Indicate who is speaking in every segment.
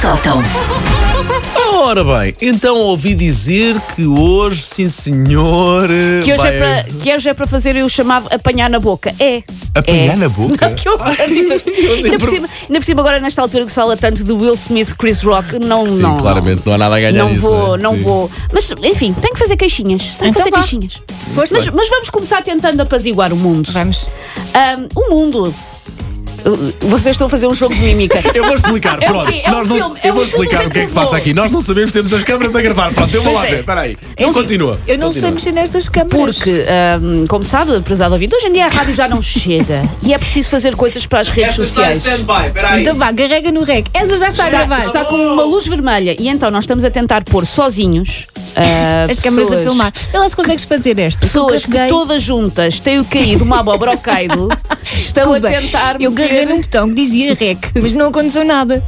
Speaker 1: faltam.
Speaker 2: Ora bem, então ouvi dizer que hoje, sim senhor. eh,
Speaker 3: Que hoje,
Speaker 2: vai-
Speaker 3: é para, que hoje é para fazer, eu chamava apanhar na boca. É.
Speaker 2: Apanhar
Speaker 3: É.
Speaker 2: na boca?
Speaker 3: Não, que horror.
Speaker 2: Ai,
Speaker 3: ainda, por
Speaker 2: impro-
Speaker 3: cima, ainda por cima, agora nesta altura que se fala tanto de Will Smith, Chris Rock, não.
Speaker 2: Sim,
Speaker 3: não,
Speaker 2: claramente, não há nada a ganhar
Speaker 3: Não
Speaker 2: nisso,
Speaker 3: vou,
Speaker 2: né?
Speaker 3: não
Speaker 2: Sim.
Speaker 3: vou. Mas, enfim, tenho que fazer queixinhas. Tenho que
Speaker 4: Então
Speaker 3: fazer
Speaker 4: vá.
Speaker 3: queixinhas.
Speaker 4: Força.
Speaker 3: Mas, mas vamos começar tentando apaziguar o mundo.
Speaker 4: Vamos.
Speaker 3: Ahm, o mundo. Uh, Vocês estão a fazer um jogo de mímica.
Speaker 2: Eu vou explicar,
Speaker 3: É um
Speaker 2: pronto.
Speaker 3: fi- é um
Speaker 2: nós não-
Speaker 3: filme, é
Speaker 2: eu
Speaker 3: um
Speaker 2: vou
Speaker 3: filme
Speaker 2: explicar o que é que se passa
Speaker 3: bom.
Speaker 2: aqui. Nós não sabemos, temos as câmaras a gravar. Pronto, eu vou lá
Speaker 3: Pois é.
Speaker 2: ver, peraí. Não continua.
Speaker 4: assim, Eu não
Speaker 2: Continua.
Speaker 4: sei mexer nestas câmaras.
Speaker 3: Porque, ahm, como sabe, prezado ouvido, hoje em dia a rádio já não chega. E é preciso fazer coisas para as redes
Speaker 5: Esta está em
Speaker 3: sociais.
Speaker 5: stand-by, peraí.
Speaker 4: Então vá, carrega no rec. Essa já está, a gravar.
Speaker 3: Está com uma luz vermelha e então nós estamos a tentar pôr sozinhos ah,
Speaker 4: As câmaras a
Speaker 3: pessoas-
Speaker 4: filmar. Vê lá se consegues fazer esta. que eu
Speaker 3: Pessoas que
Speaker 4: carreguei.
Speaker 3: todas juntas têm caído uma abóbora ao caído estão
Speaker 4: Desculpa,
Speaker 3: a tentar.
Speaker 4: Eu carreguei
Speaker 3: meter-
Speaker 4: num botão que dizia rec, mas não aconteceu nada.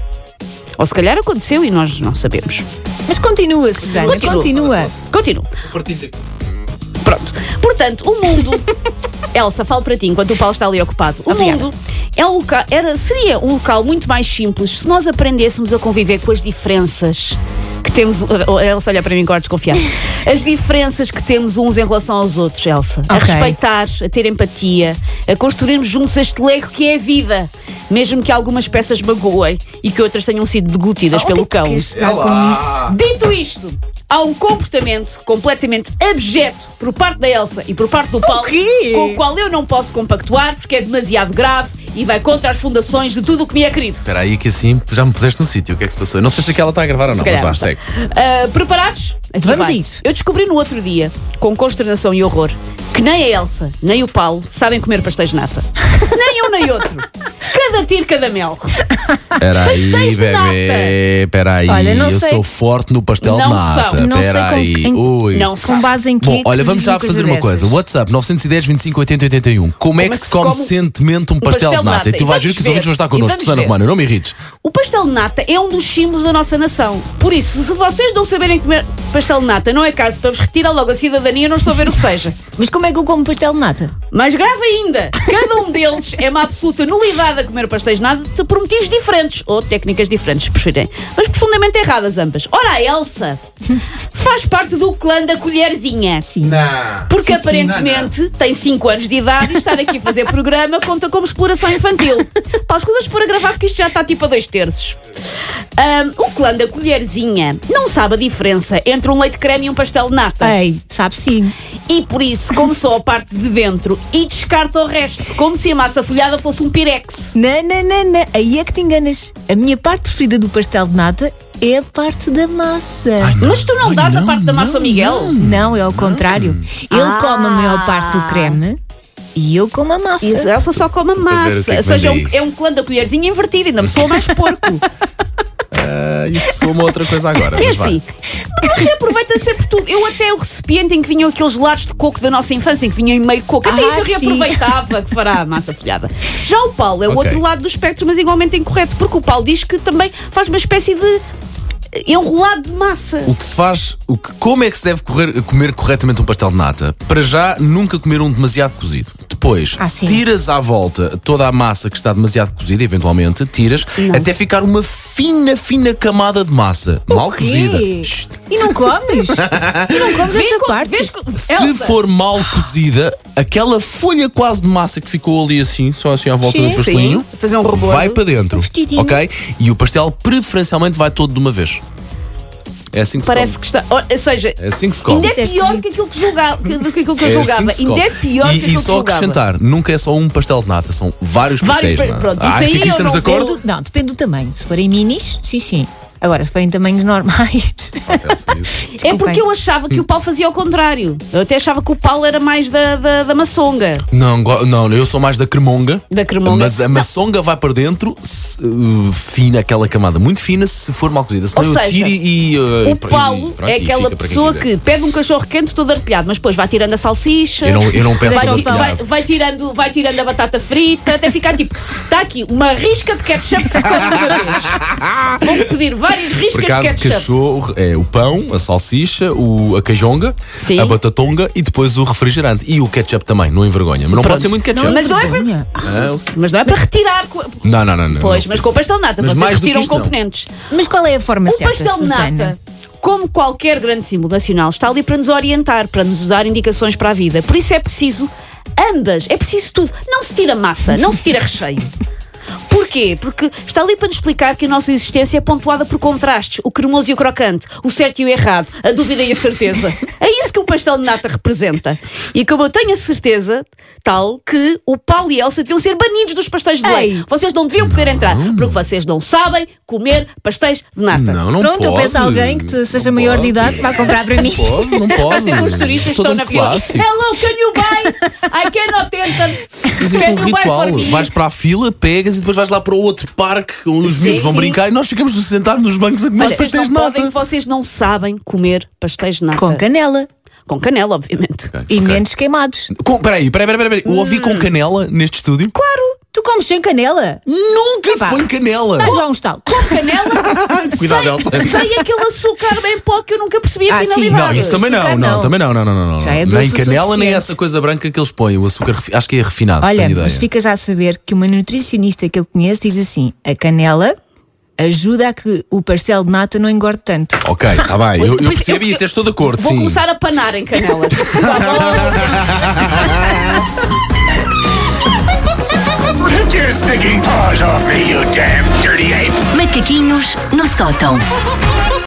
Speaker 3: Ou se calhar aconteceu e nós não sabemos.
Speaker 4: Mas continua, Susana,
Speaker 3: Continua.
Speaker 4: continua. é
Speaker 3: Continuo.
Speaker 5: Partilha.
Speaker 3: Pronto. Portanto, o mundo. Elsa, falo para ti, enquanto o Paulo está ali ocupado. O
Speaker 4: Obrigada.
Speaker 3: mundo é um loca- era, seria um local muito mais simples se nós aprendêssemos a conviver com as diferenças que temos. A Elsa olha para mim com ar desconfiado. As diferenças que temos uns em relação aos outros, Elsa. A
Speaker 4: Ok.
Speaker 3: respeitar, a ter empatia, a construirmos juntos este lego que é a vida. Mesmo que algumas peças magoem e que outras tenham sido deglutidas
Speaker 4: Onde é
Speaker 3: pelo
Speaker 4: que tu
Speaker 3: cão.
Speaker 4: queres chegar com isso?
Speaker 3: Dito isto, há um comportamento completamente abjeto por parte da Elsa e por parte do Paulo
Speaker 4: quê?
Speaker 3: com o qual eu não posso compactuar porque é demasiado grave e vai contra as fundações de tudo o que me é querido.
Speaker 2: Espera aí, que assim já me puseste no sítio. O que é que se passou? Eu não sei se aquela está a gravar ou não,
Speaker 3: Se calhar
Speaker 2: mas vá,
Speaker 3: não está.
Speaker 2: segue.
Speaker 3: Ah, preparados? Aqui
Speaker 4: Vamos
Speaker 3: vai.
Speaker 4: a isso.
Speaker 3: Eu descobri no outro dia, com consternação e horror, que nem a Elsa, nem o Paulo sabem comer pastéis de nata. nem um nem outro. Cada tiro, cada mel.
Speaker 2: Espera aí,
Speaker 3: Pastéis de nata.
Speaker 2: bebê. Espera aí.
Speaker 4: Olha, não
Speaker 2: eu
Speaker 4: sei-
Speaker 2: sou forte no pastel de
Speaker 3: Não
Speaker 2: nata.
Speaker 3: são.
Speaker 4: Não sei
Speaker 2: Espera
Speaker 4: com
Speaker 2: aí.
Speaker 4: quem-
Speaker 2: Ui.
Speaker 3: Não sei.
Speaker 4: Com base em quê?
Speaker 2: Bom,
Speaker 4: que
Speaker 2: olha,
Speaker 4: tu
Speaker 2: vamos
Speaker 4: dizes
Speaker 2: já fazer uma
Speaker 4: dessas?
Speaker 2: coisa. WhatsApp 910 25 80 81. Como é que se come decentemente um pastel de nata? E tu vais ver que os
Speaker 3: vamos
Speaker 2: ouvintes vão
Speaker 3: ver.
Speaker 2: estar
Speaker 3: E
Speaker 2: connosco.
Speaker 3: vamos
Speaker 2: Susana
Speaker 3: ver.
Speaker 2: Romano, não me irrites.
Speaker 3: O pastel de nata é um dos símbolos da nossa nação. Por isso, se vocês não saberem comer pastel de nata, não é caso para vos retirar logo a cidadania, eu não estou a ver o que seja.
Speaker 4: Mas como é que eu como pastel de nata?
Speaker 3: Mais grave ainda, cada um deles é uma absoluta nulidade a comer pastéis de nata por motivos diferentes, ou técnicas diferentes, se preferirem. Mas profundamente erradas ambas. Ora, a Elsa faz parte do clã da colherzinha. Sim.
Speaker 5: Não.
Speaker 3: Porque aparentemente tem 5 anos de idade e estar aqui a fazer programa conta como exploração infantil. Para as coisas por agravar, porque isto já está tipo a dois terços. Ahm, o clã da colherzinha não sabe a diferença entre um leite creme e um pastel de nata.
Speaker 4: Ei, sabe sim.
Speaker 3: E por isso come só a parte de dentro e descarta o resto, como se a massa folhada fosse um pirex.
Speaker 4: Não, não, não, não. Aí é que te enganas. A minha parte preferida do pastel de nata é a parte da massa.
Speaker 3: Mas tu não dás a parte da massa ao Miguel?
Speaker 4: Não, é ao contrário. Ele
Speaker 3: Ah.
Speaker 4: come a maior parte do creme e eu como a massa.
Speaker 3: Isso, é Elsa só come a
Speaker 2: a ver o
Speaker 3: massa.
Speaker 2: que é que
Speaker 3: Ou seja, é
Speaker 2: vem
Speaker 3: um, é um clã da colherzinha invertido, ainda me soa mais porco.
Speaker 2: Ah, isso sou uma outra coisa agora.
Speaker 3: Que é
Speaker 2: mas vá.
Speaker 3: assim, reaproveita sempre tudo. Eu até o recipiente em que vinham aqueles lados de coco da nossa infância, em que vinha em meio coco, até
Speaker 4: Ah,
Speaker 3: isso eu
Speaker 4: sim.
Speaker 3: reaproveitava que fará a massa folhada. Já o Paulo é o
Speaker 2: Ok.
Speaker 3: outro lado do espectro, mas igualmente incorreto, porque o Paulo diz que também faz uma espécie de enrolado de massa.
Speaker 2: O que se faz, o que, como é que se deve correr- comer corretamente um pastel de nata? Para já, nunca comer um demasiado cozido. Depois,
Speaker 4: Ah, sim.
Speaker 2: tiras à volta toda a massa que está demasiado cozida, eventualmente, tiras, até ficar uma fina, fina camada de massa. mal cozida.
Speaker 4: Quê?
Speaker 2: Shhh.
Speaker 4: E não comes? e não comes
Speaker 3: Vê
Speaker 4: essa
Speaker 3: co-
Speaker 4: parte?
Speaker 3: vês co-
Speaker 2: Se
Speaker 3: Elsa,
Speaker 2: for mal cozida, aquela folha quase de massa que ficou ali assim, só assim à volta
Speaker 4: Sim.
Speaker 2: do pastelinho,
Speaker 3: Sim, fazer um rebordo.
Speaker 2: vai para dentro.
Speaker 4: Um vestidinho.
Speaker 2: ok? E o pastel preferencialmente vai todo de uma vez. É assim que
Speaker 3: parece
Speaker 2: se
Speaker 3: que está. Ou seja,
Speaker 2: come. É assim que se come.
Speaker 3: ainda é
Speaker 4: Isto é
Speaker 3: pior do
Speaker 4: esquisito.
Speaker 3: que aquilo que, julgava, que- do que, aquilo que eu
Speaker 2: É
Speaker 3: julgava.
Speaker 2: assim que se
Speaker 3: ainda é
Speaker 2: come.
Speaker 3: pior
Speaker 2: e,
Speaker 3: do
Speaker 2: e
Speaker 3: que aquilo que
Speaker 2: só
Speaker 3: julgava.
Speaker 2: acrescentar, nunca é só um pastel de nata, são vários
Speaker 3: Vários
Speaker 2: pastéis de
Speaker 3: pa-
Speaker 2: nata.
Speaker 3: pronto, isso
Speaker 2: Acho
Speaker 3: aí
Speaker 2: é que aqui
Speaker 3: eu
Speaker 2: estamos de
Speaker 3: não
Speaker 2: acordo.
Speaker 4: Depende do- não, depende do tamanho. Se forem minis, sim, sim. Agora, se forem tamanhos normais.
Speaker 3: É
Speaker 4: Desculpem.
Speaker 3: porque eu achava que o Paulo fazia ao contrário. Eu até achava que o Paulo era mais da, da, da maçonga.
Speaker 2: Não, go- não, eu sou mais da cremonga.
Speaker 3: Da cremonga.
Speaker 2: Mas a maçonga vai para dentro, se, uh, fina aquela camada, muito fina se for mal cozida. Senão
Speaker 3: Ou
Speaker 2: eu
Speaker 3: seja,
Speaker 2: tiro e. uh,
Speaker 3: O
Speaker 2: pr-
Speaker 3: Paulo
Speaker 2: e pronto,
Speaker 3: é
Speaker 2: e fica
Speaker 3: aquela
Speaker 2: para quem
Speaker 3: pessoa
Speaker 2: quiser.
Speaker 3: que pede um cachorro quente todo artilhado, mas depois vai tirando a salsicha.
Speaker 2: Eu não, eu não peço
Speaker 4: Vai-
Speaker 3: Vai,
Speaker 2: para
Speaker 3: ti-
Speaker 4: Salgado.
Speaker 3: vai- vai tirando, vai tirando a batata tá frita até ficar tipo, está aqui uma risca de ketchup que se come de uma vez. Vou pedir várias
Speaker 2: Por
Speaker 3: riscas de
Speaker 2: acaso,
Speaker 3: ketchup.
Speaker 2: cachorro é o pão, a salsicha, o, a cajonga,
Speaker 3: Sim.
Speaker 2: a batatonga e depois o refrigerante. E o ketchup também, não envergonha. Mas não pode ser muito ketchup.
Speaker 3: Não, mas não é para-
Speaker 4: Vergonha.
Speaker 2: Ah, o-
Speaker 3: Mas não é para retirar. co-
Speaker 2: não, não, não, não.
Speaker 3: Pois, mas com o pastel de nata,
Speaker 2: Mas
Speaker 3: vocês
Speaker 2: mais do que
Speaker 3: retiram
Speaker 2: isto, não.
Speaker 3: componentes.
Speaker 4: Mas qual é a forma
Speaker 3: O
Speaker 4: certa,
Speaker 3: um pastel de
Speaker 4: Susana?
Speaker 3: nata, como qualquer grande símbolo nacional, está ali para nos orientar, para nos dar indicações para a vida. Por isso é preciso ambas, é preciso tudo. Não se tira massa, não se tira recheio. Porquê? Porque está ali para nos explicar que a nossa existência é pontuada por contrastes, o cremoso e o crocante, o certo e o errado, a dúvida e a certeza. É isso que o pastel de nata representa. E como eu tenho a certeza, tal, que o Paulo e a Elsa deviam ser banidos dos pastéis de
Speaker 4: Ei.
Speaker 3: leite. Vocês não deviam poder entrar, porque vocês não sabem comer pastéis de nata.
Speaker 2: Não, não
Speaker 4: Pronto,
Speaker 2: pode.
Speaker 4: eu peço a alguém que te- seja
Speaker 2: Não
Speaker 4: maior
Speaker 2: pode.
Speaker 4: de idade que vá comprar para mim.
Speaker 2: Não pode, não pode.
Speaker 3: Até que os turistas
Speaker 2: Todo
Speaker 3: estão
Speaker 2: um
Speaker 3: na fila.
Speaker 2: clássico.
Speaker 3: Hello, can you buy? I cannot enter.
Speaker 2: Existe um
Speaker 3: Can you buy
Speaker 2: ritual.
Speaker 3: for me?
Speaker 2: Vais para a fila, pegas e depois vais lá para o outro parque onde os
Speaker 3: Sim,
Speaker 2: miúdos vão
Speaker 3: sim.
Speaker 2: brincar e nós ficamos sentados nos bancos a comer
Speaker 3: Olha, vocês
Speaker 2: pastéis de
Speaker 3: não podem,
Speaker 2: nata.
Speaker 3: vocês não sabem comer pastéis de nata.
Speaker 4: Com canela
Speaker 3: Com canela, obviamente.
Speaker 4: e menos queimados.
Speaker 2: Com, peraí, peraí, peraí, peraí. Eu ouvi com canela neste estúdio? Claro.
Speaker 4: Tu comes sem canela?
Speaker 2: Nunca se
Speaker 4: Epá.
Speaker 2: põe canela.
Speaker 4: Dá-lhe já um estalo.
Speaker 3: Canela
Speaker 2: Cuidado, Elsa.
Speaker 3: sem aquele açúcar bem pó que eu nunca percebi a
Speaker 4: Ah, sim.
Speaker 3: finalidade.
Speaker 2: Não, isso também não,
Speaker 4: Açúcar
Speaker 2: não,
Speaker 4: não.
Speaker 2: também não, não, não, não. não.
Speaker 4: Já é doce
Speaker 2: nem
Speaker 4: o
Speaker 2: canela, nem
Speaker 4: suficiente.
Speaker 2: essa coisa branca que eles põem, o açúcar, refi- acho que é refinado,
Speaker 4: Olha,
Speaker 2: tenho ideia.
Speaker 4: mas fica já a saber que uma nutricionista que eu conheço diz assim: a canela ajuda a que o pastel de nata não engorde tanto.
Speaker 2: Ok, está bem, eu, eu
Speaker 3: Pois,
Speaker 2: percebi
Speaker 3: eu-
Speaker 2: e até estou de acordo,
Speaker 3: Vou
Speaker 2: é sim.
Speaker 3: começar a panar em canela.
Speaker 1: Take your stinking paws off me, you damn dirty ape!
Speaker 5: Macaquinhos no sótão.